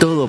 Todo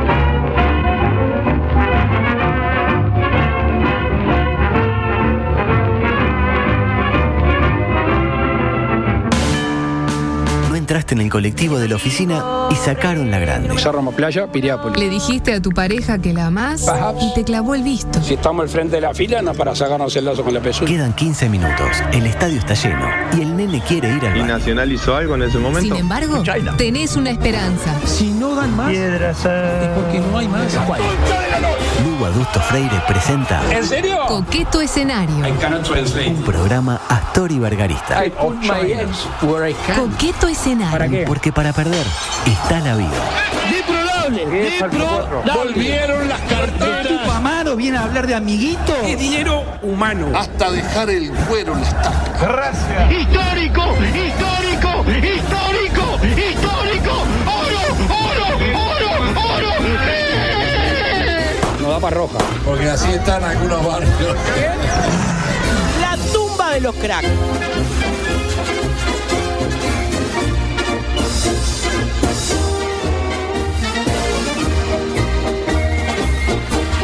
No entraste en el colectivo de la oficina y sacaron la grande. Cerro Playa, Piriápolis. Le dijiste a tu pareja que la amás Perhaps. y te clavó el visto. Si estamos al frente de la fila, no para sacarnos el lazo con la pezuña. Quedan 15 minutos, el estadio está lleno y el nene quiere ir al ¿Y baño. Nacional hizo algo en ese momento? Sin embargo, tenés una esperanza. Lugo Adusto Freire presenta ¿En serio? Coqueto I escenario. cannot translate. un programa Astor y Bargarista. I put my eggs where I can. Coqueto escenario. Porque para perder está la vida. Volvieron las carteras. Amaro viene a hablar de amiguito. Es dinero humano. hasta dejar el cuero en las tacas. histórico, histórico, histórico, histórico, oro, oro, oro, oro. ¡Eh! Nos da para roja. Porque así están algunos barrios. La tumba de los cracks.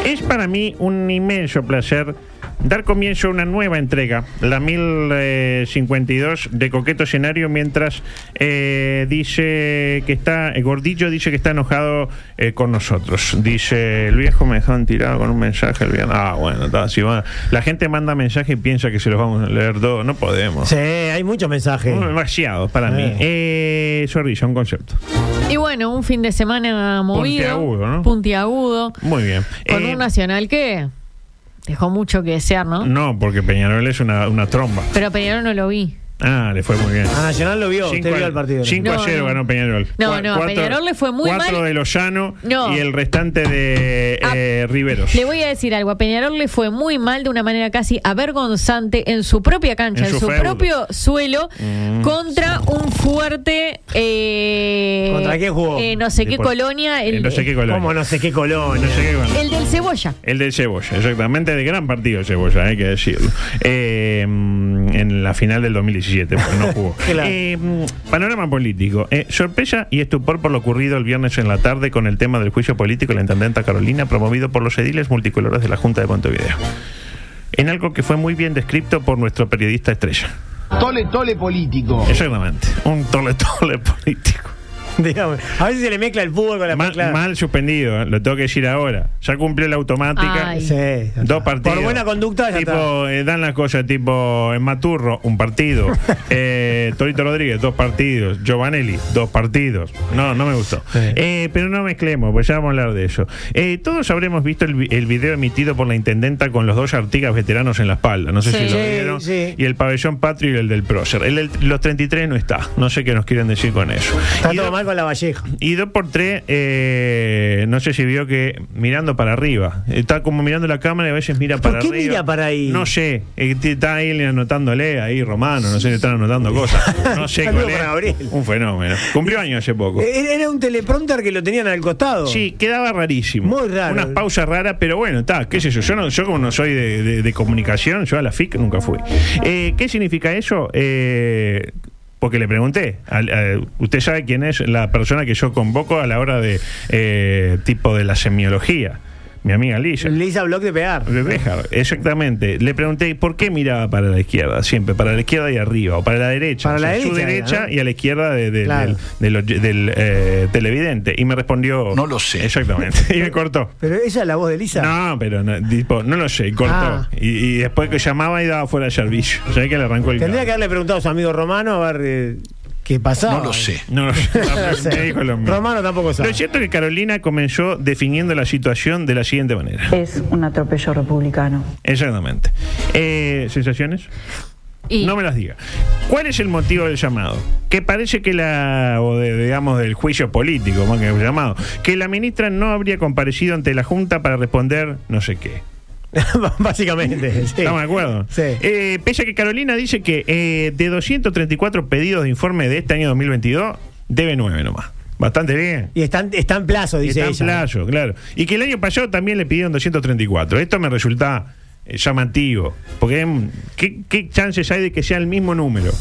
Es para mí un inmenso placer dar comienzo a una nueva entrega, la eh, 1052 de Coqueto Escenario, mientras eh, dice que está, eh, Gordillo dice que está enojado eh, con nosotros. Dice, el viejo me dejaron tirado con un mensaje. El viernes". Ah, bueno, está, si va- la gente manda mensaje y piensa que se los vamos a leer todos, no podemos. Sí, hay muchos mensajes. Demasiado para mí. Eh, sonrisa, un concepto. Y bueno, un fin de semana movido. Puntiagudo, ¿no? puntiagudo, Muy bien. Con Eh, un Nacional que dejó mucho que desear, ¿no? No, porque Peñarol es una, una tromba. Pero a Peñarol no lo vi. Ah, le fue muy bien. A Nacional lo vio, Cinco usted vio al- el partido. cinco a No, 0 no. ganó Peñarol. No, Cua- no, a Peñarol le fue muy cuatro mal. de Lozano No. y el restante de A- eh, Riveros. Le voy a decir algo. A Peñarol le fue muy mal de una manera casi avergonzante en su propia cancha, En en, su su, feudo. propio suelo, contra un fuerte. eh, ¿Contra qué jugó? eh, no sé qué Tipo- colonia. Eh, El, no sé qué colonia. ¿Cómo no sé qué No colonia? sé qué colonia. el del Cebolla. El del Cebolla, exactamente, de gran partido Cebolla, hay que decirlo. Eh, mm, en la final del 2017, porque pues, no jugó. Claro. Eh, mm, panorama político. Eh, sorpresa y estupor por lo ocurrido el viernes en la tarde con el tema del juicio político de la intendenta Carolina, promovido por los ediles multicolores de la Junta de Montevideo. En algo que fue muy bien descrito por nuestro periodista estrella. Tole, tole político. Exactamente, un tole tole político. Dígame, a veces se le mezcla el fútbol con la Mal, mezcla. mal suspendido, eh, lo tengo que decir ahora. Ya cumplió la automática. Ay. Sí, ya está. Dos partidos. Por buena conducta, ya está. tipo, eh, dan las cosas tipo en Maturro, un partido. eh, Torito Rodríguez, dos partidos. Giovanelli, dos partidos. No, no me gustó. Sí. Eh, pero no mezclemos, pues ya vamos a hablar de eso. Eh, todos habremos visto el, vi- el video emitido por la intendenta con los dos artigas veteranos en la espalda. No sé Sí. si lo Sí, vieron. sí. Y el pabellón patrio y el del prócer. El, del- los 33 no está. No sé qué nos quieren decir con eso. Está Y todo dos- mal con la Valleja. y 2 por 3 no sé si vio que mirando para arriba. Está como mirando la cámara y a veces mira ¿Por para qué arriba. mira para ahí? No sé. Eh, t- Está ahí anotándole, ahí Romano, no sé, le están anotando cosas. No sé Saludo cuál es. para Gabriel. Un fenómeno. Cumplió años hace poco. Era Eh, era un teleprompter que lo tenían al costado. Sí, quedaba rarísimo. Muy raro. Unas pausas raras, pero bueno, está, qué sé yo. Yo, no, yo como no soy de, de- de comunicación, yo a la FIC nunca fui. Eh, ¿Qué significa eso? Eh, porque le pregunté, al- a- usted sabe quién es la persona que yo convoco a la hora de eh, tipo de la semiología, mi amiga Lisa. Le hice a Block de pegar. De Béjar, exactamente. Le pregunté por qué miraba para la izquierda, siempre, para la izquierda y arriba, o para la derecha, Para o la sea, su derecha era, derecha ¿no? y a la izquierda de- de- Claro. del, del- del, eh, televidente. Y me respondió... No lo sé. Exactamente. Y me cortó. Pero esa es la voz de Lisa. No, pero no, tipo, no lo sé, y cortó. Ah. Y, y después que llamaba y daba fuera de servicio. O sea que le arrancó el Tendría que cable. haberle preguntado a su amigo Romano a ver eh, qué pasaba. No lo sé. No lo sé. No sé. Me dijo lo mismo. Romano tampoco sabe. Lo cierto es que Carolina comenzó definiendo la situación de la siguiente manera. Es un atropello republicano. Exactamente. Eh, ¿Sensaciones? Y No me las diga. ¿Cuál es el motivo del llamado? Que parece que la, o de- digamos, del juicio político, más que el llamado, que la ministra no habría comparecido ante la Junta para responder no sé qué. Básicamente. sí. ¿Estamos de acuerdo? Sí. Eh, pese a que Carolina dice que eh, de 234 pedidos de informe de este año 2022, debe 9 nomás. Bastante bien. Y está, en- está en plazo, dice Está en ella. plazo, claro. Y que el año pasado también le pidieron 234. Esto me resulta eh, llamativo. Porque mm, ¿qué, ¿qué chances hay de que sea el mismo número?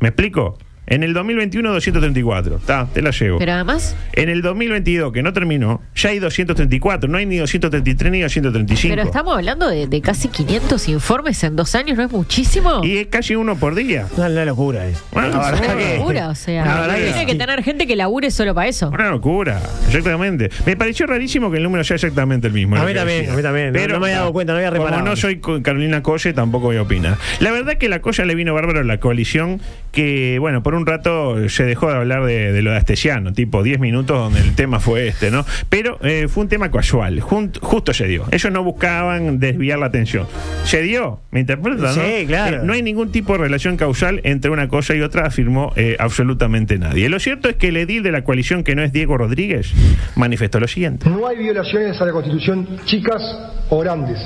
¿Me explico? En el 2021, 234. Está, te la llevo. Pero además, En el 2022, que no terminó, ya hay 234. No hay ni 233 ni 235. pero estamos hablando de, de casi 500 informes en dos años, ¿no es muchísimo? Y es casi uno por día. Una, una locura es. Bueno, La verdad Una que- locura, o sea, La verdad tiene que que tener gente que labure solo para eso. Una locura, exactamente. Me pareció rarísimo que el número sea exactamente el mismo. A lo mí que también, decía. a mí también. No- no me había dado cuenta, no había reparado. Como no soy co- Carolina Colle, tampoco voy a opinar. La verdad que la cosa le vino bárbaro a la coalición, que, bueno, por un rato se dejó de hablar de, de lo de Astesiano, tipo 10 minutos donde el tema fue este, ¿no? Pero eh, fue un tema casual, jun- justo se dio. Ellos no buscaban desviar la atención. Se dio, me interpreta, ¿no? Sí, claro. Eh, no hay ningún tipo de relación causal entre una cosa y otra, afirmó eh, absolutamente nadie. Lo cierto es que el edil de la coalición, que no es Diego Rodríguez, manifestó lo siguiente. No hay violaciones a la Constitución chicas o grandes.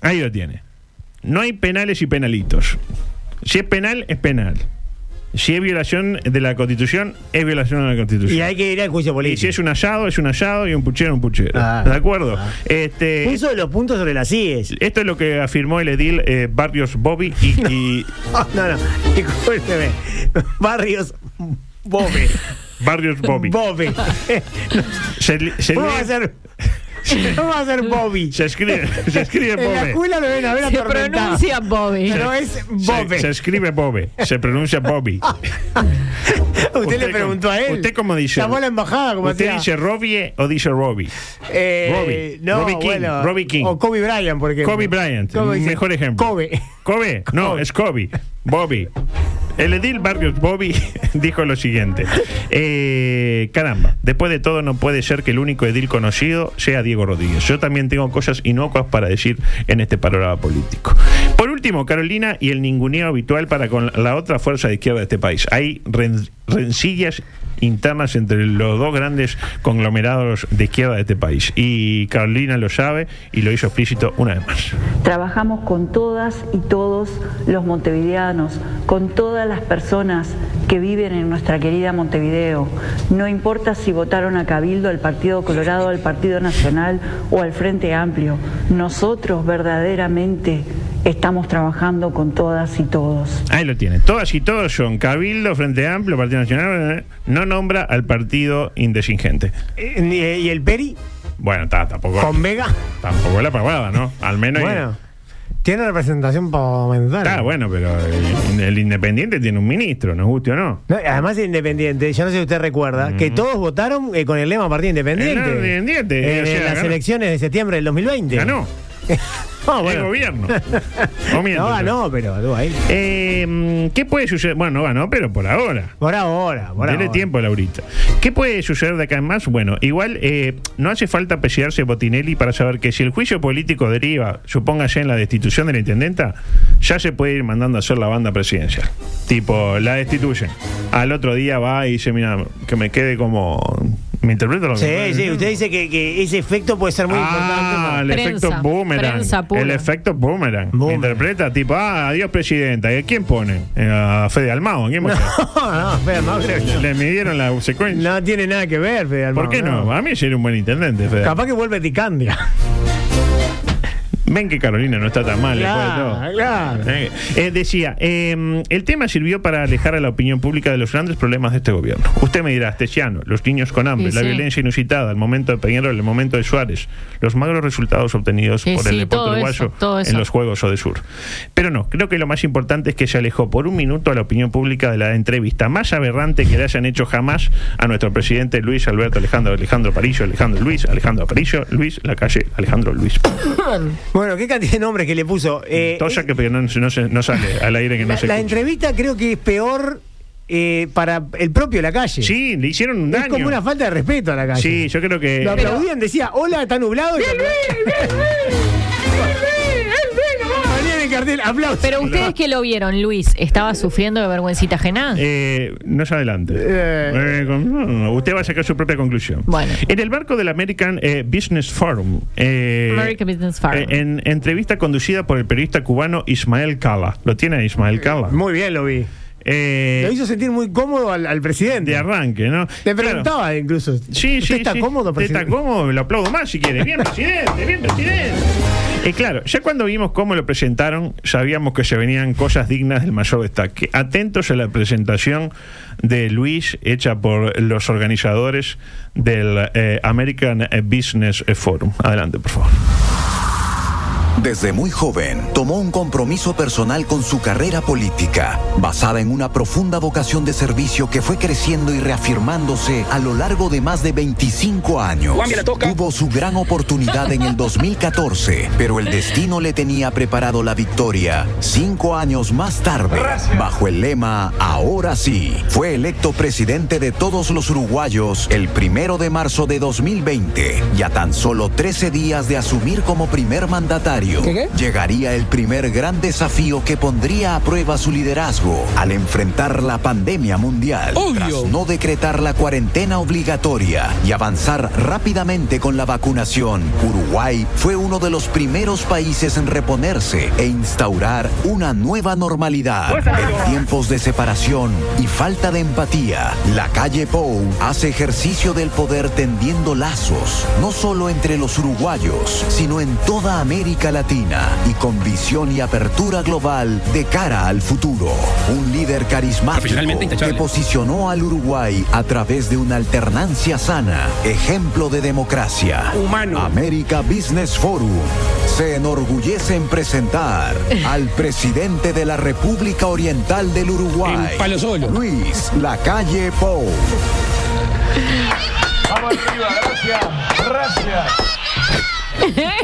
Ahí lo tiene. No hay penales y penalitos. Si es penal, es penal. Si es violación de la Constitución, es violación de la Constitución. Y hay que ir al juicio Y si político. es un hallado, es un hallado y un puchero, un puchero. Ah. ¿De acuerdo? Este, Puso los puntos sobre las IES. Esto es lo que afirmó el edil eh, Barrios Bobby y- y, Ah, no, no, discúlpeme. Barrios Bobe. Barrios Bobby. Bobe. Se, li- se ¿Cómo va a lee- ser? ¿Cómo va a ser Bobby? se escribe, se escribe En la Bobe. escuela lo ven a ver Se atormentado. pronuncia Bobby. Pero es Bobe. Se, se escribe Bobe. Se pronuncia Bobby. Usted, le com- preguntó a él. ¿Usted cómo dice? Llamó a la embajada, como ¿Usted hacía. dice Robbie o dice Robbie? Eh, Robbie. No, Robbie King, bueno, Robbie King. O Kobe Bryant, porque. Kobe Bryant, mejor ejemplo. Eh, Kobe. Kobe, no, es Kobe. Bobby. El edil Barrios Bobby dijo lo siguiente. Eh, caramba, después de todo no puede ser que el único edil conocido sea Diego Rodríguez. Yo también tengo cosas inocuas para decir en este panorama político. Por último, Carolina y el ninguneo habitual para con la otra fuerza de izquierda de este país. Hay ren- rencillas internas entre los dos grandes conglomerados de izquierda de este país. Y Carolina lo sabe y lo hizo explícito una vez más. Trabajamos con todas y todos los montevideanos, con todas las personas que viven en nuestra querida Montevideo. No importa si votaron a Cabildo, al Partido Colorado, al Partido Nacional o al Frente Amplio. Nosotros verdaderamente estamos trabajando con todas y todos. Ahí lo tiene. Todas y todos son Cabildo, Frente Amplio, Partido Nacional. eh, No nombra al partido indesingente. Eh, ¿Y y el Peri? Bueno, ta- tampoco. ¿Con Vega? Tampoco es la pavada, ¿no? Al menos. Bueno. Tiene representación parlamentaria. Está bueno, pero el, el independiente tiene un ministro, nos guste o no. No, además es independiente, yo no sé si usted recuerda, que todos votaron eh, con el lema Partido Independiente. El Independiente, En, o sea, en las ganó. elecciones de septiembre del 2020. Ganó. No, bueno. El gobierno. No miento No yo. ganó, pero estuvo ahí. Eh, mm, ¿Qué puede suceder? Bueno, no ganó, pero por ahora. Por ahora, por Dele ahora. tiempo, Laurita. ¿Qué puede suceder de acá en más? Bueno, igual eh, no hace falta pelearse Botinelli para saber que si el juicio político deriva, supóngase en la destitución de la intendenta, ya se puede ir mandando a hacer la banda presidencial. Tipo, la destituyen. Al otro día va y dice, mira, que me quede como... ¿Me interpreto lo que Sí, sí, usted dice que, que ese efecto puede ser muy Ah, el importante. Prensa, efecto boomerang. prensa pura. el efecto boomerang. Boomerang. Interpreta tipo, ah, adiós presidenta. ¿Y a quién pone? Eh, A Fede Almao. ¿a ¿Quién va a ser? No, no, Fede Almagro creo que no. Le midieron la secuencia. No tiene nada que ver, Fede ¿Por Almagro, qué no? A mí sería un buen intendente, Fede. Capaz que vuelve Ticandia. Ven que Carolina no está tan mal. después de todo. Claro, claro. Eh, eh, decía, eh, el tema sirvió para alejar a la opinión pública de los grandes problemas de este gobierno. Usted me dirá, Astesiano, los niños con hambre, Y la sí. violencia inusitada, el momento de Peñarol, el momento de Suárez, los magros resultados obtenidos Y por sí, el deporte todo eso, uruguayo todo eso. en los Juegos o de Sur. Pero no, creo que lo más importante es que se alejó por un minuto a la opinión pública de la entrevista más aberrante que le hayan hecho jamás a nuestro presidente Luis Alberto Alejandro Alejandro Parillo, Alejandro Luis, Alejandro Parillo, Luis, la calle Alejandro Luis. Bueno, ¿qué cantidad de nombres que le puso? Eh, Tosa que no, no se- no sale al aire que no la, se la escucha. entrevista creo que es peor eh, para el propio La Calle. Sí, le hicieron un daño. Es como una falta de respeto a La Calle. Sí, yo creo que. eh, Lo aplaudían, decía, hola, está nublado. Y Ponían el cartel, aplausos. Pero ustedes que lo vieron, Luis, ¿estaba sufriendo de vergüencita ajena? Eh, no se adelante. Eh. Eh, con- no, no, usted va a sacar su propia conclusión. Bueno. En el barco del American eh, Business Forum. eh, American Business Forum. eh, en entrevista conducida por el periodista cubano Ismael Cala. ¿Lo tiene Ismael Cala? Eh, Muy bien lo vi. Eh, Lo hizo sentir muy cómodo al, al presidente. de arranque, ¿no? Le Claro. preguntaba incluso. Sí, ¿usted sí, está sí. cómodo, ¿Usted presidente? está cómodo, lo aplaudo más si quiere. Bien, presidente, bien, presidente. Y claro, ya cuando vimos cómo lo presentaron, sabíamos que se venían cosas dignas del mayor destaque. Atentos a la presentación de Luis, hecha por los organizadores del eh, American Business Forum. Adelante, por favor. Desde muy joven, tomó un compromiso personal con su carrera política, basada en una profunda vocación de servicio que fue creciendo y reafirmándose a lo largo de más de 25 años. Tuvo su gran oportunidad en el 2014, pero el destino le tenía preparado la victoria cinco años más tarde, bajo el lema Ahora sí. Fue electo presidente de todos los uruguayos el primero de marzo de 2020, ya tan solo 13 días de asumir como primer mandatario llegaría el primer gran desafío que pondría a prueba su liderazgo al enfrentar la pandemia mundial. Tras no decretar la cuarentena obligatoria y avanzar rápidamente con la vacunación, Uruguay fue uno de los primeros países en reponerse e instaurar una nueva normalidad. En tiempos de separación y falta de empatía, la calle Pou hace ejercicio del poder tendiendo lazos, no solo entre los uruguayos, sino en toda América Latina y con visión y apertura global de cara al futuro. Un líder carismático Profesionalmente que intachable. posicionó al Uruguay a través de una alternancia sana, ejemplo de democracia. Humano. América Business Forum se enorgullece en presentar al presidente de la República Oriental del Uruguay, Luis Lacalle Pou. Vamos arriba, gracias, gracias.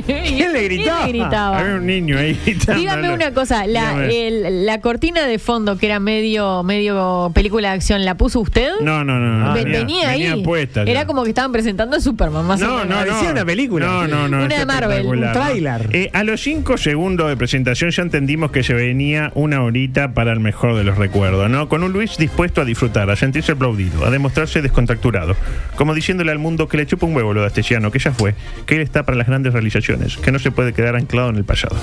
¿Quién Eh, le gritaba? Había un niño ahí. Ah. Dígame gritándole. una cosa, la, Dígame. el- la cortina de fondo que era medio medio película de acción, ¿la puso usted? No, no, no. no Ve- venía, ahí. puesta ya. era como que estaban presentando a Superman más o No, menos. no, no. una película. No, no, no. Una es de Marvel, espectacular, un ¿no? tráiler. Eh, a los cinco segundos de presentación ya entendimos que se venía una horita para el mejor de los recuerdos, ¿no? Con un Luis dispuesto a disfrutar, a sentirse aplaudido, a demostrarse descontracturado. Como diciéndole al mundo que le chupa un huevo lo de Astesiano, que ya fue, que él está para las grandes realizaciones, que no se puede quedar anclado en el pasado.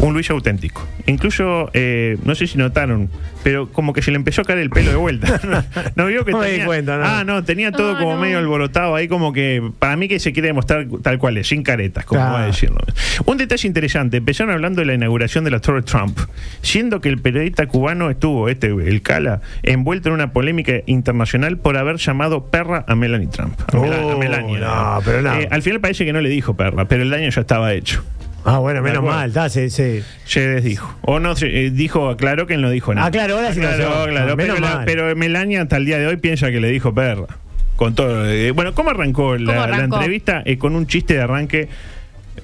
Un Luis auténtico. Incluso, eh, no sé si notaron, pero como que se le empezó a caer el pelo de vuelta. no, vio que No me di tenía- cuenta, no. Ah, no, tenía todo Ah, como no. medio alborotado ahí, como que para mí que se quiere demostrar tal cual es, sin caretas, como Claro. va a decirlo. Un detalle interesante, empezaron hablando de la inauguración de la Torre Trump, siendo que el periodista cubano estuvo, este, el Cala, envuelto en una polémica internacional por haber llamado perra a Melanie Trump. A, Mela- a Oh, Melania. no, pero no. Eh, al final parece que no le dijo perra, pero el daño ya estaba hecho. Ah, bueno, menos acuerdo. mal, está, se, se- Se desdijo. O no, se- eh, dijo, aclaró que él no dijo nada. Aclaró la Aclaró, situación. aclaró, No, menos pero, la- mal. pero Melania hasta el día de hoy piensa que le dijo perra. Con todo. eh, bueno, ¿cómo arrancó la, ¿Cómo la arrancó? entrevista? Eh, con un chiste de arranque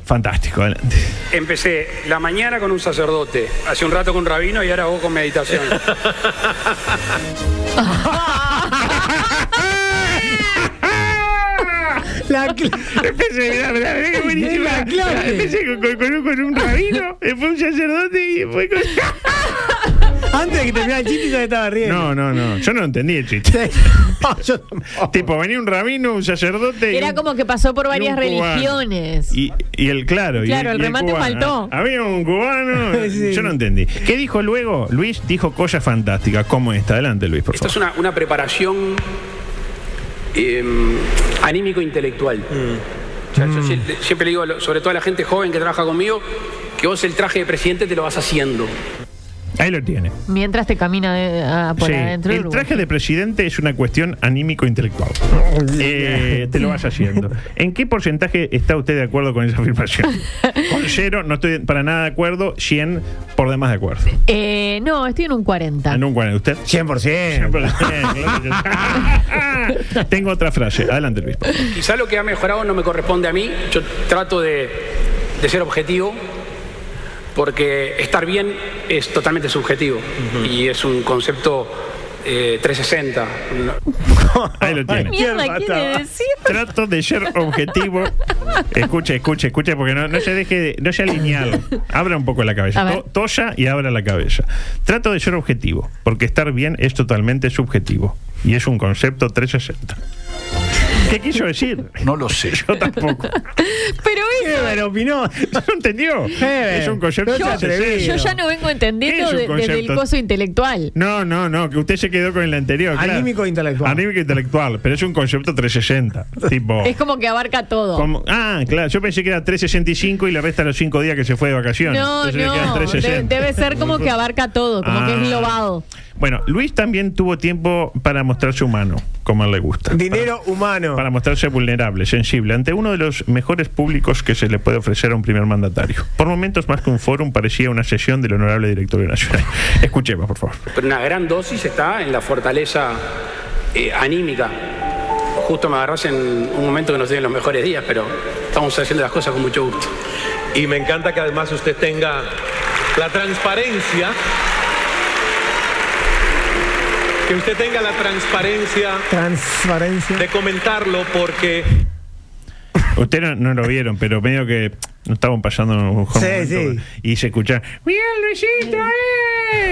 fantástico. Adelante. Empecé la mañana con un sacerdote, hace un rato con un rabino y ahora vos con meditación. La Empecé, mirá, mirá, mirá qué buenísimo. La clave. Empecé con, con- con un, con un rabino, después un sacerdote y después con. Antes de que terminara el chiste ya me estaba riendo. No, no, no. Yo no entendí el chiste. tipo, venía un rabino, un sacerdote. y Era un- como que pasó por y un varias cubano. religiones. Y, y el claro. y Claro, el y remate cubano. faltó. Había un cubano. eh, Sí. Yo no entendí. ¿Qué dijo luego? Luis dijo cosas fantásticas como esta. Adelante, Luis, por Esto favor. es una, una preparación eh, anímico-intelectual. O sea, yo sie- siempre, le digo, a lo- sobre todo a la gente joven que trabaja conmigo, que vos el traje de presidente te lo vas haciendo. Ahí lo tiene. Mientras te camina de- a- por Sí, adentro. del El traje de presidente es una cuestión anímico-intelectual. Eh, te lo vas haciendo. ¿En qué porcentaje está usted de acuerdo con esa afirmación? Con cero, no estoy para nada de acuerdo. 100, por demás de acuerdo. Uruguay. Eh, no, estoy en un 40. En un cuarenta. ¿Usted? 100%. 100%. Tengo otra frase. Adelante, Luis. Quizá lo que ha mejorado no me corresponde a mí. Yo trato de, de ser objetivo, porque estar bien es totalmente subjetivo y es un concepto eh, 360. Ahí lo tiene. Mierda, ¿qué le decía? Trato de ser objetivo. Escuche, escuche, escuche, porque no, no se deje, de- no sea lineal. Abra un poco la cabeza. A ver. To- tosa y abra la cabeza. Trato de ser objetivo, porque estar bien es totalmente subjetivo. Y es un concepto 360. ¿Qué quiso decir? No lo sé. Yo tampoco. Pero eso. Pero opinó. No entendió. es un concepto. Yo, yo ya no vengo entendiendo Es un de- desde el concepto. coso intelectual. No, no, no, que usted se quedó con el anterior. claro. Anímico e intelectual. Anímico e intelectual, pero es un concepto 360. tipo. Es como que abarca todo. como- ah, claro, yo pensé que era 365 y le resta los 5 días que se fue de vacaciones. No, Entonces le quedan no. de- 360. debe ser como que abarca todo, como que Ah. es globado. Bueno, Luis también tuvo tiempo para mostrarse humano, como a él le gusta. Dinero humano. Para mostrarse vulnerable, sensible, ante uno de los mejores públicos que se le puede ofrecer a un primer mandatario. Por momentos, más que un fórum, parecía una sesión del honorable directorio nacional. Escuchemos, por favor. Pero una gran dosis está en la fortaleza eh, anímica. Justo me agarras en un momento que no estoy en los mejores días, pero estamos haciendo las cosas con mucho gusto. Y me encanta que además usted tenga la transparencia. Que usted tenga la transparencia Transparencia. de comentarlo porque Ustedes no, no lo vieron, pero medio que no estaban pasando un mejor Sí, momento. Y se escucha, ¡Bien, Luisito! eh".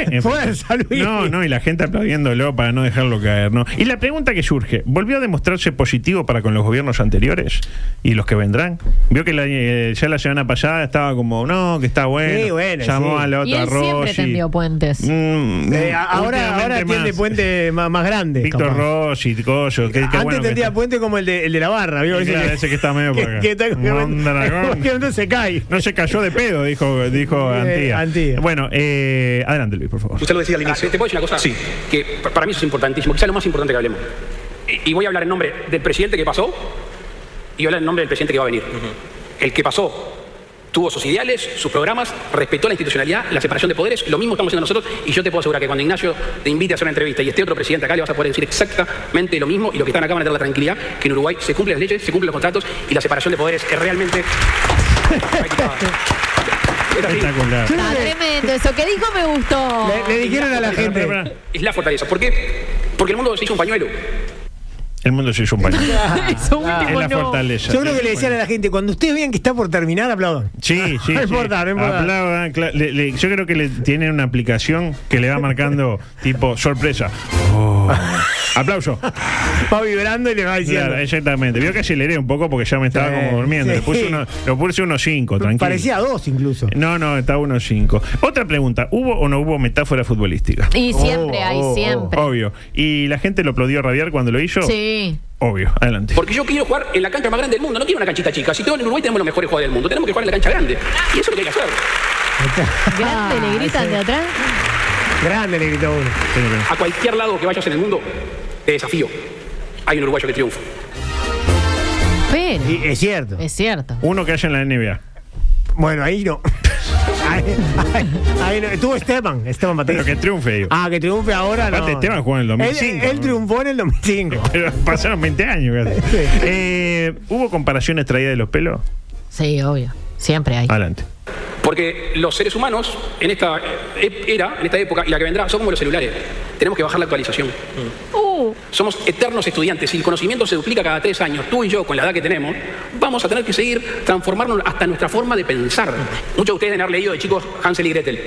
En fin. Fuerza, Luis. No, no, y la gente aplaudiéndolo para no dejarlo caer, ¿no? Y la pregunta que surge, ¿volvió a demostrarse positivo para con los gobiernos anteriores y los que vendrán? Vio que la- eh, ya la semana pasada estaba como, no, que está bueno. Sí, bueno, llamó sí. a la Y otra él siempre tendió Mm, puentes. Eh, a- ahora ahora tiene puente más, más grande. Víctor capaz. Rossi, Coso, qué, qué Antes bueno que tendría está. puente como el de, el de la barra, ¿vio? Sí, claro, ese que está medio por acá. que está como que- Mondragón. que no se cae. No se cayó de pedo, dijo, dijo Eh, Antía. Antía. Bueno, eh, adelante Luis, por favor. usted lo decía al Ah, inicio. ¿Te puedo decir una cosa? Sí. Que pa- para mí eso es importantísimo, quizá lo más importante que hablemos. Y, y voy a hablar en nombre del presidente que pasó y voy a hablar en nombre del presidente que va a venir. El que pasó tuvo sus ideales, sus programas, respetó la institucionalidad, la separación de poderes, lo mismo estamos haciendo nosotros y yo te puedo asegurar que cuando Ignacio te invite a hacer una entrevista y esté otro presidente acá le vas a poder decir exactamente lo mismo y los que están acá van a tener la tranquilidad que en Uruguay se cumplen las leyes, se cumplen los contratos y la separación de poderes es realmente... Es así. Espectacular. Ah, tremendo, eso que dijo me gustó. Le, le dijeron a la gente. Es la fortaleza. ¿Por qué? Porque el mundo se hizo un pañuelo. El mundo se hizo un pañuelo. Eso último Es la no. fortaleza. Yo creo que le decían a la gente, cuando ustedes vean que está por terminar, aplaudan. Sí, sí. No sí. importa, no importa. Aplaudan, cla- le- le- yo creo que le tienen una aplicación que le va marcando tipo sorpresa. Oh. Aplauso. Va vibrando y le va diciendo. Claro, exactamente. Vio que aceleré un poco porque ya me estaba Sí, como durmiendo. Le sí. puse uno- lo puse unos 5, tranquilo. Parecía dos incluso. No, no, está 1-5. Otra pregunta, ¿hubo o no hubo metáfora futbolística? Y siempre, hay oh, siempre. Obvio. ¿Y la gente lo aplaudió a rabiar cuando lo hizo? Sí. Obvio, adelante. Porque yo quiero jugar en la cancha más grande del mundo, no quiero una canchita chica. Si todos en Uruguay tenemos los mejores jugadores del mundo, tenemos que jugar en la cancha grande. Y eso es lo que hay que hacer. Grande, le gritan de atrás. Grande le gritó uno. A cualquier lado que vayas en el mundo, te desafío. Hay un uruguayo que triunfa. Pero, Y es cierto. es cierto. Uno que haya en la NBA. Bueno, ahí no. ahí, ahí- ahí no. Estuvo Esteban, Esteban Pero Patricio. que triunfe, digo. Ah, que triunfe ahora, no. Aparte, Esteban jugó en el 2005, Él, él ¿no? triunfó en el 2005. Pero pasaron 20 años. casi. Sí. Eh, ¿Hubo comparaciones traídas de los pelos? Sí, obvio. Siempre hay. Adelante. Porque los seres humanos, en esta eh, era, en esta época y la que vendrá, son como los celulares. Tenemos que bajar la actualización. Uh, Somos eternos estudiantes. Si el conocimiento se duplica cada tres años, tú y yo, con la edad que tenemos, vamos a tener que seguir transformarnos hasta nuestra forma de pensar. Muchos de ustedes deben haber leído de chicos Hansel y Gretel.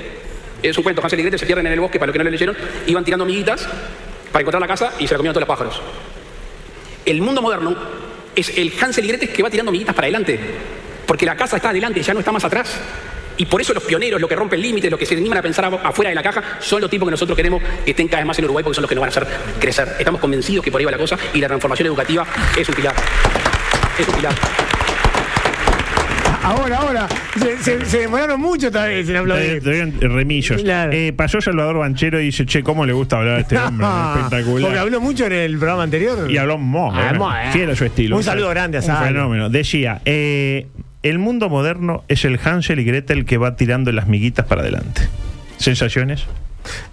Es un cuento, Hansel y Gretel se pierden en el bosque, para los que no lo leyeron, iban tirando miguitas para encontrar la casa y se la comieron todos los pájaros. El mundo moderno es el Hansel y Gretel que va tirando miguitas para adelante. Porque la casa está adelante, ya no está más atrás. Y por eso los pioneros, los que rompen límites, los que se animan a pensar af- afuera de la caja, son los tipos que nosotros queremos que estén cada vez más en Uruguay porque son los que nos van a hacer crecer. Estamos convencidos que por ahí va la cosa y la transformación educativa es un pilar. Es un pilar. Ahora, ahora. Se, se- se demoraron mucho otra vez en Te, aplaudir. te dieron remillos. Claro. Eh, pasó Salvador Banchero y dice, che, ¿cómo le gusta hablar a este hombre? ¿no? Espectacular. Porque habló mucho en el programa anterior. Y habló mo, Ah, eh, mo, eh. fiel a su estilo. Un saludo grande a Un Sal. fenómeno. Decía, eh, el mundo moderno es el Hansel y Gretel que va tirando las miguitas para adelante. ¿Sensaciones?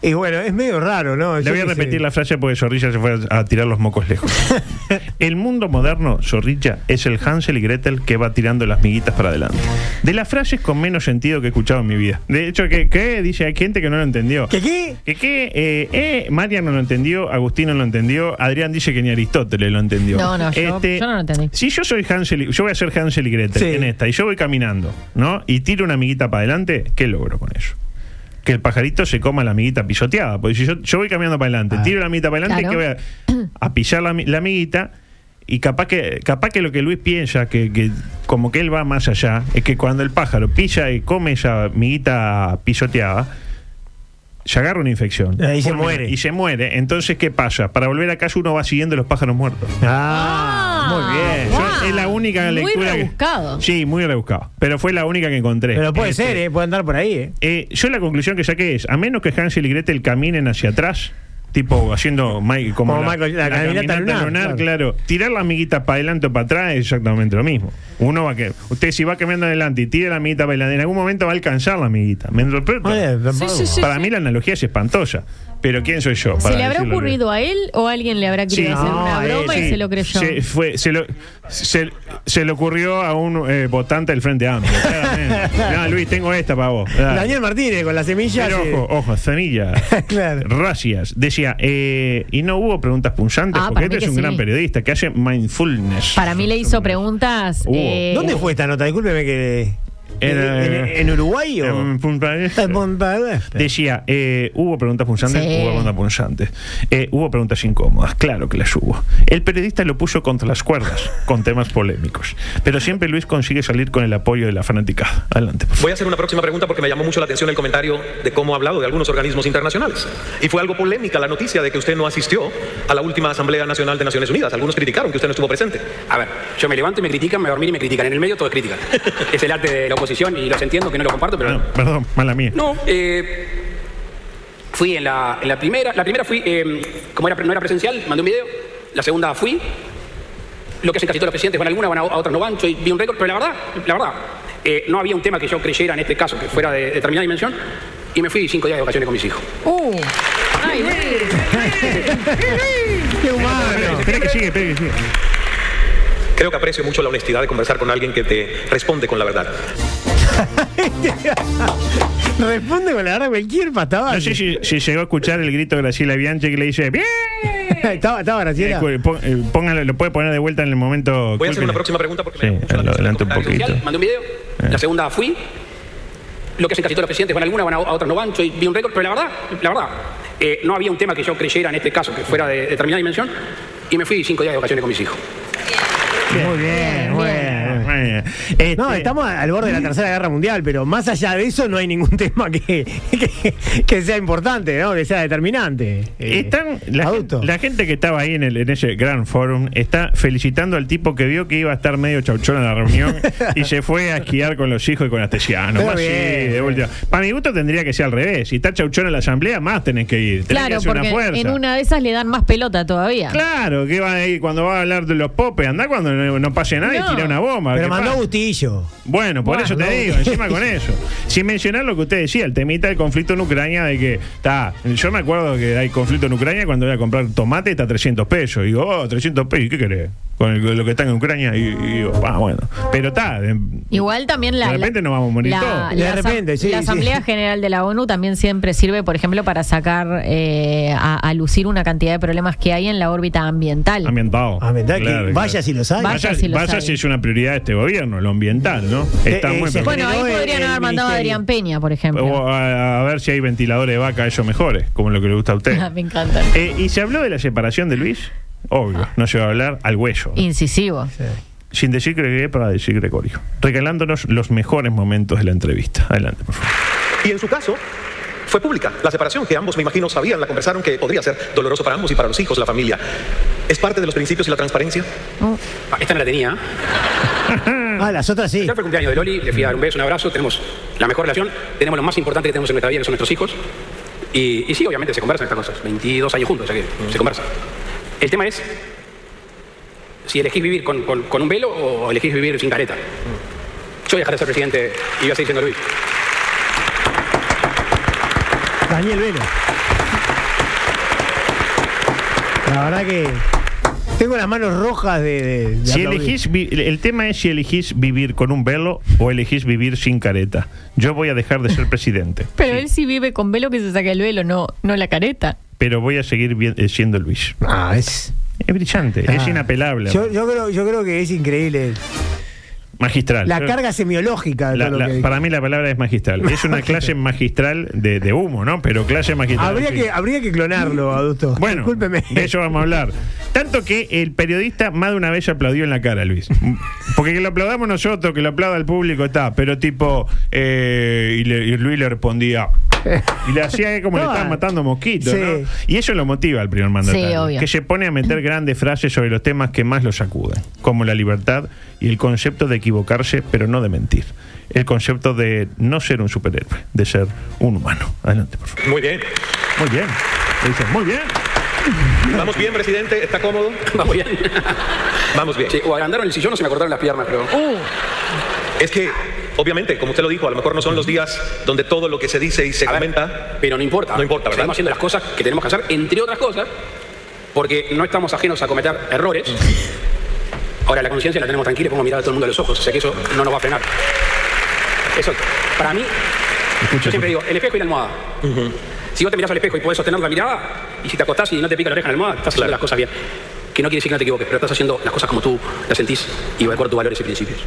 Y bueno, es medio raro, ¿no? Le Pues Yo voy a qué sé. repetir la frase porque Zorrilla se fue a, a tirar los mocos lejos. el mundo moderno, Zorrilla, es el Hansel y Gretel que va tirando las miguitas para adelante. De las frases con menos sentido que he escuchado en mi vida. De hecho, que, que dice, hay gente que no lo entendió. ¿Que qué? Que qué, eh, eh, Marian no lo entendió, Agustín no lo entendió, Adrián dice que ni Aristóteles lo entendió. Este, No, no, yo- yo no lo entendí. Si yo soy Hansel, y- yo voy a ser Hansel y Gretel Sí. en esta, y yo voy caminando, ¿no? Y tiro una amiguita para adelante, ¿qué logro con eso? Que el pajarito se coma la amiguita pisoteada. Porque si yo, yo voy caminando para adelante, tiro la amiguita para adelante, Claro. que voy a, a pisar la, ami- la amiguita. Y capaz que, capaz que lo que Luis piensa, que, que como que él va más allá, es que cuando el pájaro pilla y come esa amiguita pisoteada, se agarra una infección. Ahí Eh, se Fulmina, muere. Y se muere. Entonces, ¿qué pasa? Para volver a casa uno va siguiendo los pájaros muertos. Ah, muy bien. Yo- es la única Muy lectura. que- rebuscado. sí, muy rebuscado. Pero fue la única que encontré. Pero puede Este, ser, ¿eh? puede andar por ahí. ¿eh? eh, yo la conclusión que saqué es, a menos que Hansel y Gretel caminen hacia atrás, tipo haciendo Mike, como, Como Michael- la caminata lunar, claro. tirar la amiguita para adelante o para atrás es exactamente lo mismo. Uno va a que, usted si va caminando adelante y tira la amiguita para adelante, en algún momento va a alcanzar la amiguita. ¿Me interpreta? Oye, Sí, sí, sí, para sí. mí la analogía es espantosa. Pero ¿quién soy yo? ¿Se para le habrá decirlo? ocurrido a él o alguien le habrá querido Sí. hacer No, una a él, broma y sí. se lo creyó? Se, fue, se, lo- se- se le ocurrió a un eh, votante del Frente Amplio. claramente. no, Luis, tengo esta para vos. Dale. Daniel Martínez con las semillas. Pero eh. ojo, ojo, Zanilla. Claro. Gracias. Decía, eh, y no hubo preguntas punzantes, Ah, porque para mí este que es un sí. gran periodista que hace mindfulness. Para mí le hizo preguntas. Hubo. eh, ¿Dónde fue esta nota? Discúlpeme que. ¿En, en- en Uruguay o.? eh, En Punta del Este. En Punta del Este. Decía, eh, hubo preguntas punzantes, Sí. hubo preguntas punzantes. Eh, hubo preguntas incómodas, claro que las hubo. El periodista lo puso contra las cuerdas, con temas polémicos. Pero siempre Luis consigue salir con el apoyo de la fanática. Adelante, por favor. Voy a hacer una próxima pregunta porque me llamó mucho la atención el comentario de cómo ha hablado de algunos organismos internacionales. Y fue algo polémica la noticia de que usted no asistió a la última Asamblea Nacional de Naciones Unidas. Algunos criticaron que usted no estuvo presente. A ver, yo me levanto y me critican, me dormí y me critican. En el medio todo es crítica. es el arte de la oposición y los entiendo que no lo comparto, pero. Ah, perdón, mala mía. No, eh, fui en la, en la primera. La primera fui, eh, como era, no era presencial, mandé un video. La segunda fui. Lo que hacen casi todos los presidentes, van a alguna, van a, a otras no van. Yo vi un récord, pero la verdad, la verdad, eh, no había un tema que yo creyera en este caso que fuera de determinada dimensión. Y me fui cinco días de vacaciones con mis hijos. Uh. Ay, ¡Qué humano! Espera que sigue, espera que sigue. Creo que aprecio mucho la honestidad de conversar con alguien que te responde con la verdad. Responde con la verdad cualquier patada. No sé si, si llegó a escuchar el grito de Graciela Bianchi que le dice ¡Bien! estaba, estaba Graciela. Eh, pon- eh, póngalo- lo puede poner de vuelta en el momento. Voy a hacer Culpen. una próxima pregunta porque me Sí, llamó mucho la lo atención el adelanto un comentario poquito. Presencial, mandé un video. La segunda fui. Lo que hacen casi todos los presidentes, van a alguna, van a, a otras no van. Yo vi un récord, pero la verdad, la verdad, eh, no había un tema que yo creyera en este caso que fuera de determinada dimensión. Y me fui cinco días de vacaciones con mis hijos. Muy bien, muy bien. Muy bien. Este, No, estamos al borde de la Tercera Guerra Mundial, pero más allá de eso no hay ningún tema que, que, que sea importante, ¿no? que sea determinante. Eh, Están la, adulto. gen- la gente que estaba ahí en, el, en ese gran forum está felicitando al tipo que vio que iba a estar medio chauchón en la reunión y se fue a esquiar con los hijos y con Astesiano. Pero Más sí, bien. de última. Para mi gusto tendría que ser al revés. Si está chauchón en la asamblea, más tenés que ir. Tenés que Claro, hacer una porque fuerza. en una de esas le dan más pelota todavía. Claro, que va ahí cuando va a hablar de los popes, anda cuando no, no pase nada No. y tira una bomba. pero ¿qué mandó pasa? Bustillo. Bueno, por Bueno, eso te no. digo, encima con eso. Sin mencionar lo que usted decía, el temita del conflicto en Ucrania, de que, está, yo me acuerdo que hay conflicto en Ucrania cuando voy a comprar tomate está a 300 pesos. digo, oh, 300 pesos, ¿y qué querés? Con el- con lo que está en Ucrania, y, y digo, ah, bueno. Pero está, de- Igual también la. De repente nos vamos a morir todos. De repente, asam- sí, la sí. Asamblea General de la ONU también siempre sirve, por ejemplo, para sacar eh, a, a lucir una cantidad de problemas que hay en la órbita ambiental. ambientado. Ambiental, que vaya si los hay. Vaya, Vaya si los hay. si es una prioridad de este gobierno, lo ambiental, ¿no? Está Eh, muy eh, se- preocupante. bueno, ahí Generó el- podrían haber el mandado a ministerio. Adrián Peña, por ejemplo. O a, a ver si hay ventiladores de vaca, ellos mejores, como lo que le gusta a usted. Me encanta. Eh, ¿Y se habló de la separación de Luis? Obvio, no se va a hablar al hueso. Incisivo. Sin decir Gregorio para decir Gregorio. Regalándonos los mejores momentos de la entrevista. Adelante, por favor. Y en su caso, fue pública la separación que ambos, me imagino, sabían, la conversaron que podría ser doloroso para ambos y para los hijos, la familia. ¿Es parte de los principios y la transparencia? Ah, Esta no la tenía. ¿eh? Ah, las otras sí. Ya fue cumpleaños de Loli, le fui a dar un beso, un abrazo. Tenemos la mejor relación, tenemos lo más importante que tenemos en nuestra vida, que son nuestros hijos. Y, y sí, obviamente se conversan estas cosas. 22 años juntos, o sea que se conversan. El tema es si elegís vivir con, con- con un velo o elegís vivir sin careta. Yo voy a dejar de ser presidente y voy a seguir siendo Luis. Daniel Velo. La verdad que tengo las manos rojas de. de- de Si aplaudir. elegís vi- el tema es si elegís vivir con un velo o elegís vivir sin careta. Yo voy a dejar de ser presidente, Pero él sí vive con velo que se saca el velo, no, no la careta. pero voy a seguir vi- eh, siendo Luis. Ah, es. Es brillante, es Ah. inapelable. Yo, yo creo, yo creo que es increíble. Magistral. La carga semiológica. de La- todo lo la- que dijo. para mí la palabra es magistral. Es una clase magistral de, de humo, ¿no? Pero clase magistral. habría, sí. que, habría que clonarlo, adulto. Bueno, discúlpeme. de eso vamos a hablar. Tanto que el periodista más de una vez aplaudió en la cara, Luis. Porque que lo aplaudamos nosotros, que lo aplauda el público, está. Pero tipo, eh, y, le- y Luis le respondía. Y le hacía como le No, estaban matando mosquitos, sí. ¿no? Y eso lo motiva al primer mandatario. Sí, obvio. Que se pone a meter grandes frases sobre los temas que más lo sacuden, como la libertad y el concepto de equivocarse, pero no de mentir. El concepto de no ser un superhéroe, de ser un humano. Adelante, por favor. Muy bien. Muy bien. Le dicen, muy bien. Vamos bien, presidente. ¿Está cómodo? Vamos bien. Vamos bien. Sí, o agrandaron el sillón o se me cortaron las piernas, creo. Es que, obviamente, como usted lo dijo, a lo mejor no son los días donde todo lo que se dice y se comenta. pero no importa. No importa, ¿verdad? Estamos haciendo las cosas que tenemos que hacer, entre otras cosas, porque no estamos ajenos a cometer errores. Ahora, la conciencia la tenemos tranquila y podemos mirar a todo el mundo a los ojos, o sea que eso no nos va a frenar. Eso, para mí, yo siempre digo, el espejo y la almohada. Si vos te mirás al espejo y podés sostener la mirada, y si te acostás y no te pica la oreja en la almohada, estás haciendo las cosas bien. Que no quiere decir que no te equivoques, pero estás haciendo las cosas como tú las sentís y de acuerdo a tus valores y principios.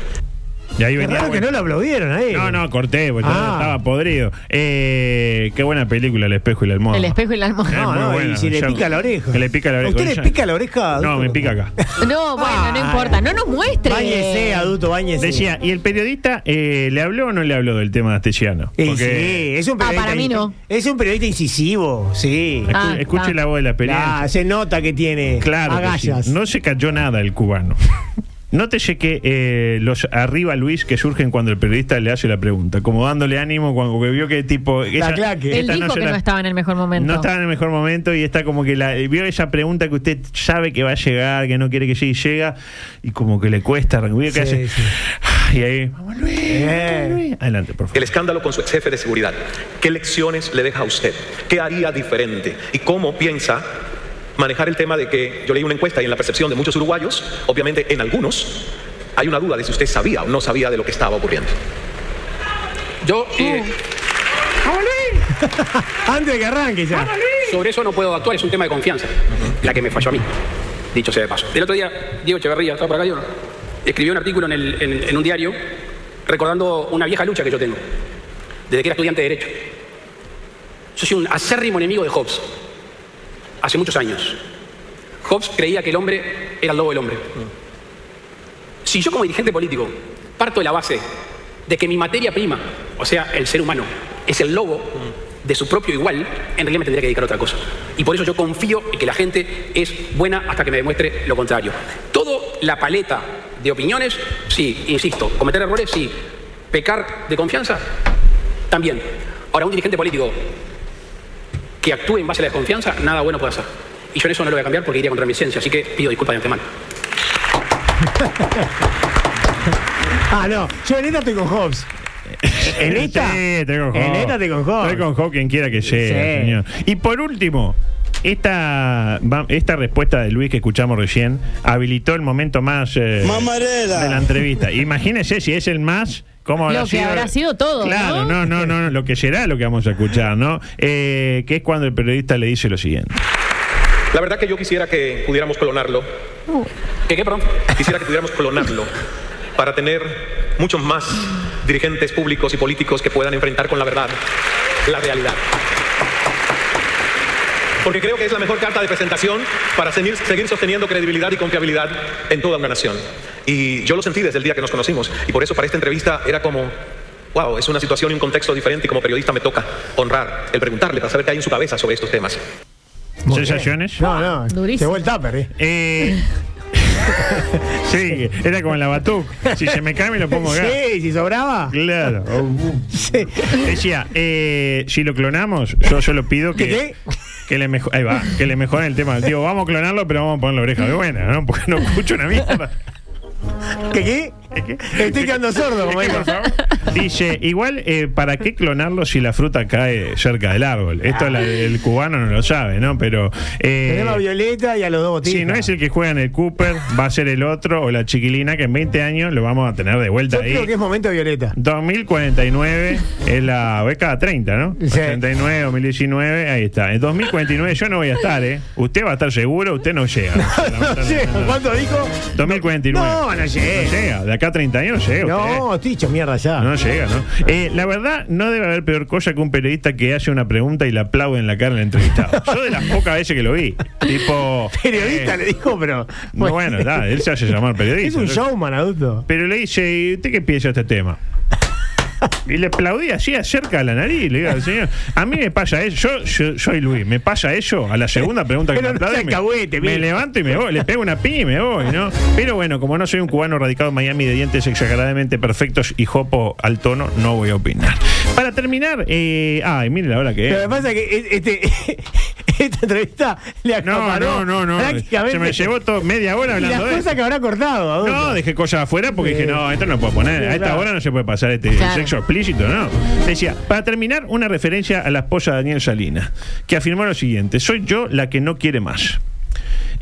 Y ahí venía. Claro que no lo aplaudieron ahí. No, no, corté, porque Ah. estaba podrido. Eh, qué buena película, El espejo y la almohada. Eh, El espejo y la almohada. No, muy no, buena, y si le ya- pica la oreja. Que le pica la ¿A oreja. usted le Ya- pica la oreja? No, adulto? me pica acá. No, bueno, no importa. No nos muestre. Báñese, adulto, báñese. Decía, ¿y el periodista eh, le habló o no le habló del tema de Astesiano? Y Porque Eh, sí, es un Ah, periodista. para mí no. Es un periodista incisivo, sí. escu- Ah, escuche ah. la voz de la pelea. Ah, se nota que tiene Claro. que sí. agallas. Eh. No se cayó nada el cubano. Nótese que eh, los arriba Luis que surgen cuando el periodista le hace la pregunta, como dándole ánimo cuando que vio que tipo... esa- claque. Él esta dijo se que la- no estaba en el mejor momento. No estaba en el mejor momento y está como que la, eh, vio esa pregunta que usted sabe que va a llegar, que no quiere que llegue, y llega y como que le cuesta, vio que Sí, hace- sí. Y ahí, vamos Luis, Eh. vamos, Luis. adelante, por favor. El escándalo con su ex jefe de seguridad. ¿Qué lecciones le deja a usted? ¿Qué haría diferente? ¿Y cómo piensa manejar el tema de que yo leí una encuesta y en la percepción de muchos uruguayos, obviamente en algunos, hay una duda de si usted sabía o no sabía de lo que estaba ocurriendo? Yo, eh, Antes de que arranque ya. Sobre eso no puedo actuar, es un tema de confianza. La que me falló a mí, dicho sea de paso. El otro día, Diego Echeverría, estaba por acá, yo, escribió un artículo en, el- en- en un diario recordando una vieja lucha que yo tengo, desde que era estudiante de Derecho. Yo soy un acérrimo enemigo de Hobbes, hace muchos años. Hobbes creía que el hombre era el lobo del hombre. Si yo como dirigente político parto de la base de que mi materia prima, o sea, el ser humano, es el lobo de su propio igual, en realidad me tendría que dedicar a otra cosa. Y por eso yo confío en que la gente es buena hasta que me demuestre lo contrario. Toda la paleta de opiniones, sí, insisto, cometer errores, sí, pecar de confianza, también. Ahora, un dirigente político que actúe en base a la desconfianza, nada bueno puede hacer. Y yo en eso no lo voy a cambiar porque iría contra mi esencia, así que pido disculpas de antemano. Ah, no. Yo en esta estoy con Hobbes. En esta. Sí, estoy con En Hawk. esta estoy con Hobbes. Estoy con Hawk, quien quiera que sea, Sí. señor. Y por último, esta, va- esta respuesta de Luis que escuchamos recién habilitó el momento más eh, de la entrevista. Imagínese si es el más. ¿Cómo habrá Lo que sido? habrá sido todo, Claro, ¿no? no, no, no, no, lo que será lo que vamos a escuchar, ¿no? Eh, que es cuando el periodista le dice lo siguiente. La verdad que yo quisiera que pudiéramos clonarlo. ¿Qué, qué, perdón? Quisiera que pudiéramos clonarlo para tener muchos más dirigentes públicos y políticos que puedan enfrentar con la verdad la realidad. Porque creo que es la mejor carta de presentación para seguir, seguir sosteniendo credibilidad y confiabilidad en toda una nación. Y yo lo sentí desde el día que nos conocimos. Y por eso para esta entrevista era como, wow, es una situación y un contexto diferente y como periodista me toca honrar el preguntarle para saber qué hay en su cabeza sobre estos temas. Muy bien. ¿Sensaciones? No, no. Ah, Durísimo. Llegó el tupper, eh. Eh, sí, era como en la Batuc. Si se me cae, me lo pongo acá. Sí, si sobraba. Claro. Sí. Decía, eh, si lo clonamos, yo solo pido que. ¿Qué? Que le, mejo- ahí va, que le mejoren el tema. Digo, vamos a clonarlo, pero vamos a poner la oreja de buena, ¿no? Porque no escucho una mierda. ¿Qué qué? Estoy quedando sordo, como Es que, digo. por favor, Dice, igual, eh, ¿para qué clonarlo si la fruta cae cerca del árbol? Esto la- el cubano no lo sabe, ¿no? Pero. eh, Tenemos a Violeta y a los dos botitas. si no es el que juega en el Cooper, va a ser el otro o la chiquilina que en 20 años lo vamos a tener de vuelta Yo ahí. creo que es momento de Violeta. 2049 es la beca 30, ¿no? Sí. 89, 2019, ahí está. En 2049 yo no voy a estar, ¿eh? Usted va a estar seguro, usted no llega. No, no llega. ¿Cuánto dijo? 2049. No, no llega. No llega. De acá a 30 años llega. No, usted. ¿eh? estoy hecho mierda ya. No llega, ¿no? Eh, la verdad, no debe haber peor cosa que un periodista que hace una pregunta y le aplaude en la cara al entrevistado. Yo de las pocas veces que lo vi. Tipo. Periodista eh, le dijo, pero. Bueno, da, él se hace llamar periodista. Es un Entonces, showman, adulto. Pero le dice, ¿y usted qué piensa de este tema? Y le aplaudí así acerca de la nariz. Le digo, señor, a mí me pasa eso. Yo, yo soy Luis, me pasa eso. A la segunda pregunta que Pero me no aplauden, sea alcahuete, me, me mire. levanto y me voy. Le pego una piña y me voy, ¿no? Pero bueno, como no soy un cubano radicado en Miami de dientes exageradamente perfectos y jopo al tono, no voy a opinar. Para terminar, eh, ay, mire la hora que Lo es. que pasa es que es- este, esta entrevista le No, acaparó no, no, no. prácticamente Se me llevó todo, media hora Las hablando de cosas que habrá cortado, adulto. No, dejé cosas afuera porque dije, no, esto no lo puedo poner. Sí, A esta claro. hora no se puede pasar este Claro. sexo explícito, ¿no? Decía, para terminar, una referencia a la esposa de Daniel Salinas, que afirmó lo siguiente: soy yo la que no quiere más.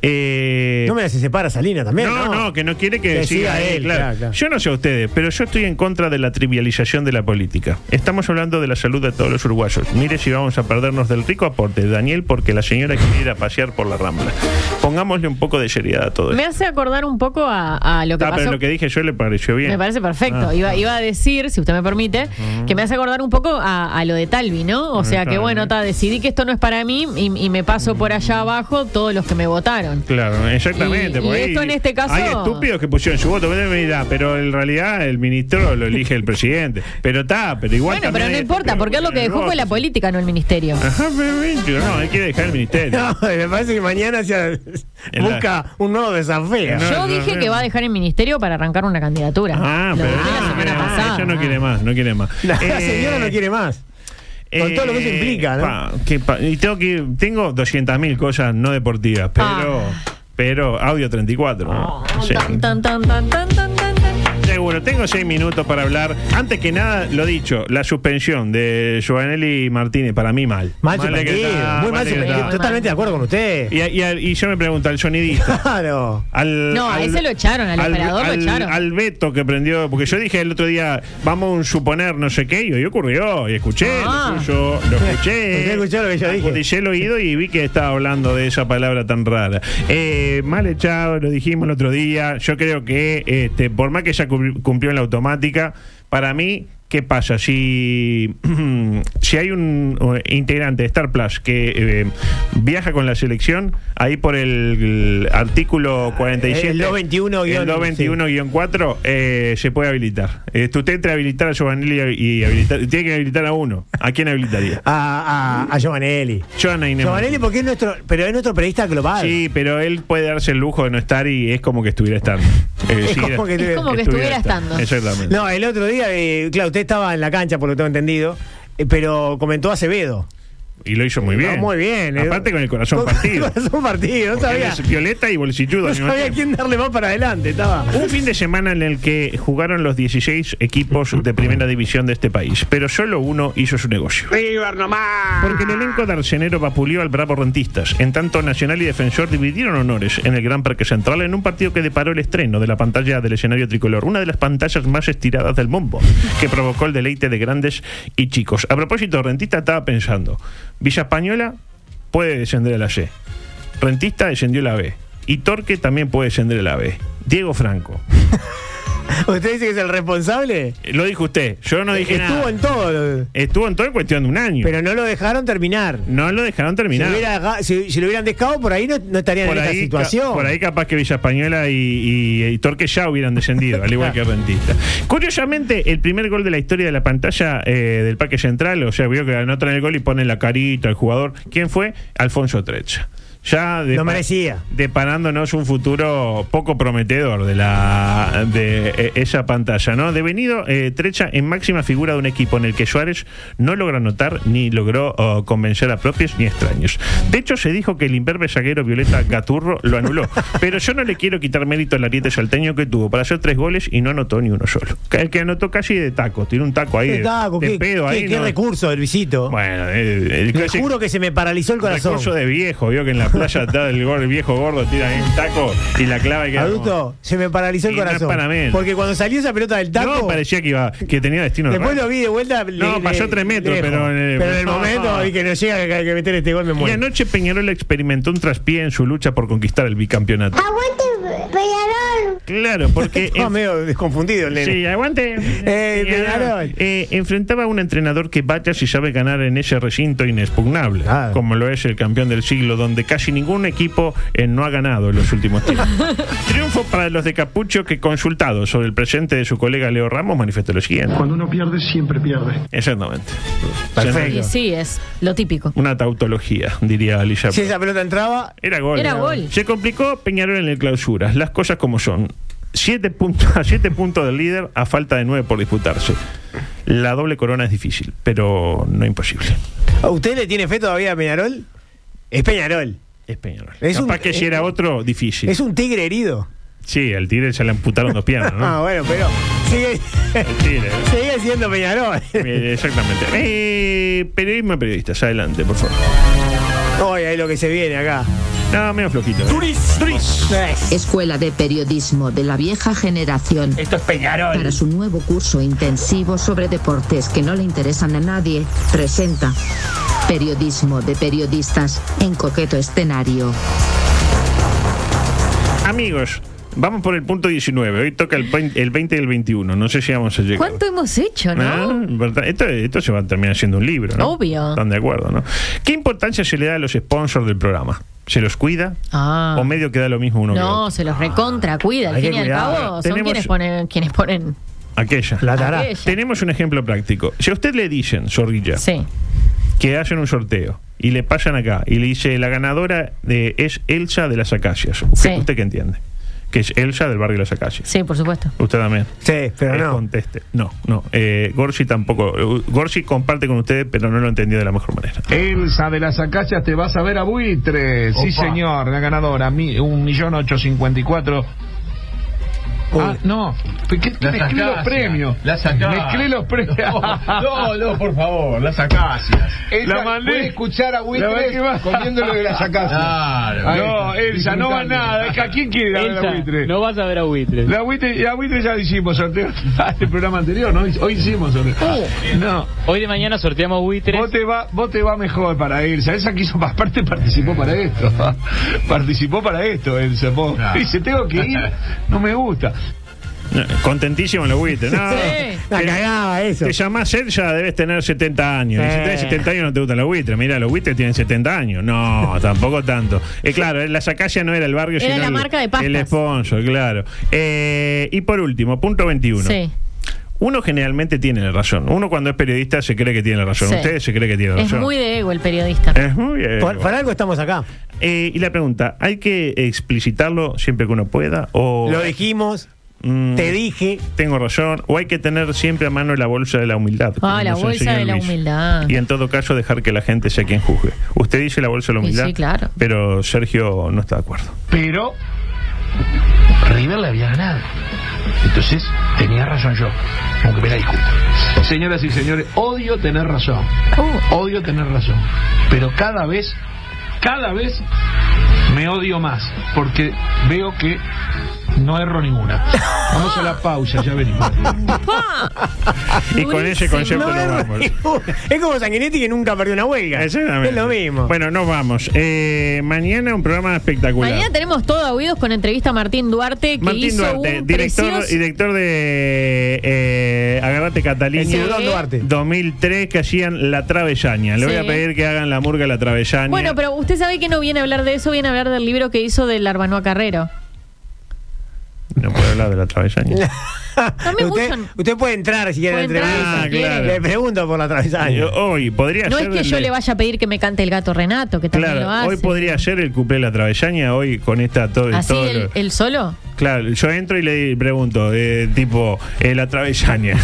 Eh, No me se separa Salina también. no, No, no, que no quiere que, Que siga, siga él. él, claro. claro, claro. Yo no sé a ustedes, pero yo estoy en contra de la trivialización de la política. Estamos hablando de la salud de todos los uruguayos. Mire si vamos a perdernos del rico aporte de Daniel porque la señora quiere ir a pasear por la rambla. Pongámosle un poco de seriedad a todo esto. Me hace acordar un poco a, a lo que Ah, pasó. pero lo que dije yo le pareció bien. Me parece perfecto. Ah. Mm. iba, iba a decir, si usted me permite, que me hace acordar un poco a, a lo de Talvi, ¿no? O Ah, sea que Talvi. bueno, ta, decidí que esto no es para mí y, y me paso por allá Mm. abajo todos los que me votaron. Claro, exactamente. Y- porque y ahí esto en este caso- Hay estúpidos que pusieron su voto, pero, mira, pero en realidad el ministro lo elige el presidente. Pero está, pero Ah, igual. bueno, pero también no hay importa, estúpidos porque él lo que pusieron dejó fue la voto. política, no el ministerio. Ajá, pero no, él quiere dejar el ministerio. No, me parece que mañana se la- busca un nuevo desafío. No, Yo no, dije no. que va a dejar el ministerio para arrancar una candidatura. Ah, Lo pero dije la no, semana mira, pasada. ella no quiere más, no quiere más. La Eh, señora no quiere más. Con todo lo que eso eh, implica, ¿no? pa, que pa- y tengo que tengo 200.000 cosas no deportivas, Ah. pero pero audio 34. ¿no? Sí. Oh, Tan, tan, tan, tan, tan, tan, tan, tan. Seguro, tengo seis minutos para hablar. Antes que nada, lo dicho, la suspensión de Giovanelli Martínez, para mí mal. Mal suspendido, decretado, muy mal mal suspendido. decretado. Totalmente de acuerdo con usted. Y, y- y yo me pregunto, al sonidista. Claro. Al, No, a ese lo echaron, al operador lo echaron. Al Beto que prendió, porque yo dije el otro día, vamos a un suponer no sé qué, y hoy ocurrió, y escuché Ah. lo suyo, lo escuché. Usted escuchó lo que yo dije. Acuticé el oído y vi que estaba hablando de esa palabra tan rara. Eh, mal echado, lo dijimos el otro día. Yo creo que, este, por más que ella cubri- cumplió en la automática, para mí. ¿Qué pasa? Si, si hay un eh, integrante de Star Plus que eh, viaja con la selección, ahí por el, el artículo 47. Ah, El 221 guión, el 221-4 eh, se puede habilitar. Este, usted entre a habilitar a Giovanelli y, y habilitar. Tiene que habilitar a uno. ¿A quién habilitaría? A, a, a Giovanelli. Joana Inés Giovanelli porque es nuestro, pero es nuestro periodista global. Sí, pero él puede darse el lujo de no estar y es como que estuviera estando. Eh, Es sí, como que- Es como que estuviera estando. Exactamente. No, el otro día, eh, claro, usted estaba en la cancha, por lo que tengo entendido, eh, pero comentó Acevedo. Y lo hizo muy bien. No, muy bien. eh. Aparte con el corazón partido. corazón partido, no Porque él sabía. es Violeta y bolsilludo. No al mismo sabía tiempo. quién darle más para adelante, estaba. Un fin de semana en el que jugaron los 16 equipos de primera división de este país, pero solo uno hizo su negocio. River nomás. Porque el elenco de Arsenero vapuleó al Bravo Rentistas. En tanto, Nacional y Defensor dividieron honores en el Gran Parque Central en un partido que deparó el estreno de la pantalla del escenario tricolor, una de las pantallas más estiradas del bombo, que provocó el deleite de grandes y chicos. A propósito, Rentista estaba pensando, Villa Española puede descender a la C. Rentista descendió a la B. Y Torque también puede descender a la B. Diego Franco. ¿Usted dice que es el responsable? Eh, Lo dijo usted. Yo no dije Estuvo nada. en todo. Estuvo en todo en cuestión de un año. Pero no lo dejaron terminar. no lo dejaron Si, terminar. hubiera deja- si- si lo hubieran dejado, por ahí no, no estarían en esta ca- situación. por ahí capaz que Villa Española y, y, y Torque ya hubieran descendido, al igual que Rentista. Curiosamente, el primer gol de la historia de la pantalla eh, del Parque Central, o sea, vio que anotan el gol y ponen la carita al jugador. ¿Quién fue? Alfonso Trecha. Ya de Lo merecía. Deparándonos un futuro poco prometedor de la de eh, esa pantalla, ¿no? Devenido eh, Trecha en máxima figura de un equipo en el que Suárez no logra anotar ni logró oh, convencer a propios ni extraños. De hecho, se dijo que el imberbe zaguero Violeta Gaturro lo anuló. Pero yo no le quiero quitar mérito al ariete salteño que tuvo para hacer tres goles y no anotó ni uno solo. El que anotó casi de taco, tiene un taco ahí. ¿Qué, de- taco? de ¿Qué- pedo qué- ahí, qué ¿no? recurso del visito? Bueno, eh, el Le clásico- juro que se me paralizó el corazón. Recurso de viejo, vio que en la playa está el, gor- el viejo gordo, tira ahí un taco y la clava y queda como- Adulto, se me paralizó el Y no es corazón. para menos. Porque cuando salió esa pelota del taco, No, parecía que iba, que tenía destino. después raro. lo vi de vuelta. No, pasó tres metros, pero en el- Ah, pero en el momento vi que no llega que hay que meter este gol, me Y muero. anoche Peñarol experimentó un traspié en su lucha por conquistar el bicampeonato. Aguante, Peñarol. Claro, porque. Estaba medio desconfundido el nene. Sí, ah, aguante. Eh, Peñarol. Eh, enfrentaba a un entrenador que vaya si sabe ganar en ese recinto inexpugnable, como lo es el campeón del siglo, donde casi ningún equipo eh, no ha ganado en los últimos tiempos. Triunfo para los de Capucho que, consultado sobre el presente de su colega Leo Ramos, manifestó lo siguiente: Cuando uno pierde, siempre pierde. Exactamente. Y Exactamente. sí, es lo típico. Una tautología, diría Alicia. Si esa pelota entraba, Era gol. Era gol. Se complicó Peñarol en el clausura. Las cosas como son. Siete puntos, a siete puntos del líder a falta de nueve por disputarse. La doble corona es difícil, pero no imposible. ¿a usted le tiene fe todavía a Peñarol? Es Peñarol. Es Peñarol. Es Capaz un- que si es- era otro, difícil. Es un tigre herido. Sí, al Tigre se le amputaron dos piernas, Ah, ¿no? bueno, pero sigue, El Tigre. sigue siendo Peñarol. Eh, Exactamente. Eh, periodismo de periodistas, adelante, por favor. Oye, ahí lo que se viene acá. No, menos flojito. ¿eh? Escuela de Periodismo de la Vieja Generación. Esto es Peñarol. Para su nuevo curso intensivo sobre deportes que no le interesan a nadie, presenta Periodismo de Periodistas en coqueto escenario. Amigos, vamos por el punto 19. Hoy toca el, vein- el 20 y el 21. No sé si vamos a llegar. ¿Cuánto hemos hecho, no? Ah, verdad. Esto, esto se va a terminar siendo un libro, ¿no? Obvio. Están de acuerdo, ¿no? ¿Qué importancia se le da a los sponsors del programa? ¿Se los cuida? Ah. ¿O medio que da lo mismo uno No, se los recontra, cuida. Al Hay que fin y al cuidar. cabo, son Tenemos- Ah, quienes ponen. Quienes ponen. que otro? Aquella. La tará. Aquella. Tenemos un ejemplo práctico. Si a usted le dicen, Zorrilla, Sí. que hacen un sorteo y le pasan acá y le dice, la ganadora de, es Elsa de las Acacias. ¿Usted, Sí. ¿Usted qué entiende? Que es Elsa del barrio de las Acacias. Sí, por supuesto. Usted también. Sí, pero Eh, no. Conteste. No, no. Eh, Gorsi tampoco. Eh, Gorsi comparte con ustedes, pero no lo entendió de la mejor manera. Elsa de las Acachas te vas a ver a buitre. Sí, Opa. señor, la ganadora, mi- un millón ocho cincuenta y cuatro. Ah, no, ¿qué- qué- Las mezclé los Acacias, premios. las Acacias. Mezclé los premios. No, no, por favor, las acacias. Elsa, La mandé. puede escuchar a Buitres La vez que va. comiéndole de las acacias. Claro. Ahí No, está, Elsa, no va disfrutando. nada. Es que ¿A quién quiere la ver a Buitre? No vas a ver a Buitre. La Buitre, la Buitre ya hicimos sorteo el programa anterior, ¿no? Hoy hicimos sorteo. No. Hoy de mañana sorteamos buitres. Vos te va, vos te va mejor para Elsa. Elsa quiso más parte, participó para esto. participó para esto, Elsa. vos. Claro. Dice, tengo que ir, no me gusta. No, Contentísimo lo buitre. No, Sí. La Te- cagaba eso. Te llamás Elsa, debes tener 70 años. Y Eh. si tenés 70 años no te gustan los buitres. Mira, los buitres tienen 70 años. No, tampoco tanto. Eh, claro, la sacacia no era el barrio, Era sino la el, marca de pastas. el sponsor, claro. Eh, y por último, punto 21. Sí. Uno generalmente tiene la razón. Uno cuando es periodista se cree que tiene la razón. Sí. Ustedes se cree que tienen Es razón. muy de ego el periodista. Es muy bien. Por- para algo estamos acá. Eh, y la pregunta, ¿hay que explicitarlo siempre que uno pueda? O Lo dijimos, Mm, te dije. tengo razón, o hay que tener siempre a mano la bolsa de la humildad. como Ah, la nos bolsa enseñó de la Luis. humildad. Y en todo caso dejar que la gente sea quien juzgue. Usted dice la bolsa de la Y sí, humildad, claro. pero Sergio no está de acuerdo. Pero River le había ganado. Entonces, tenía razón yo, aunque me la discuta. Señoras y señores, odio tener razón. Odio tener razón. Pero cada vez, cada vez me odio más, porque veo que no erro ninguna. Vamos a la pausa, ya venimos. Y con ese concepto nos vamos. Es como Sanguinetti que nunca perdió una huelga. Es Eh, Exactamente. lo mismo. Bueno, nos vamos. Eh, mañana un programa espectacular. Mañana tenemos todo a oídos con entrevista a Martín Duarte, que Martín hizo Duarte, un director, precioso- director de eh, Agarrate El Catalina. tiburón Duarte. 2003 que hacían La Travesaña. Le voy a Sí. pedir que hagan la murga La Travesaña. Bueno, pero usted sabe que no viene a hablar de eso, viene a hablar del libro que hizo del Arbanoa Carrero. Ah, No puedo hablar de La Travesaña. No me usted, gustan. usted puede entrar si quiere Puede en la entrar entrevista. si Ah, quiere. claro. Le pregunto por la Yo- travesaña. Hoy podría No es ser que el yo de- le vaya a pedir que me cante el gato Renato, que también lo Claro, hace. hoy podría ser el cuplé La Travesaña, hoy con esta todo, Así todo él, lo- él solo. Claro, yo entro y le pregunto, eh, tipo, eh, La Travesaña.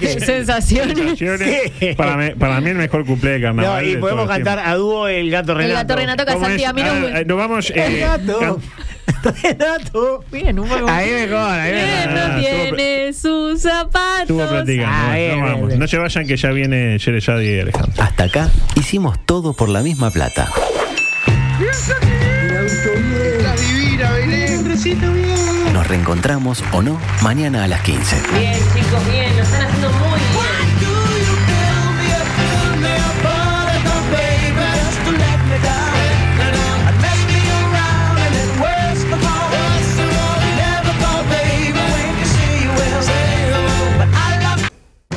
Qué sensaciones. Sensaciones. para, me- para mí el mejor cuplé de carnaval. No, y de todo podemos el tiempo. cantar a dúo el gato El Renato. gato Renato ¿Cómo Casanti, es? a mí no Ah, me- eh, nos vamos. El eh, gato. can- Renato. Bien, un buen Ahí mejor, ahí Bien, mejor. no Ah, tiene sus Estuvo zapatos. platicando. Ah, nos bien, vamos. bien, bien. No se vayan que ya viene Yerezad y Alejandro. Hasta acá hicimos todo por la misma plata. Estás divina, Belén. Nos reencontramos o no mañana a las 15. Bien, chicos, bien, lo están haciendo muy bien. Let me around and it wears the heart.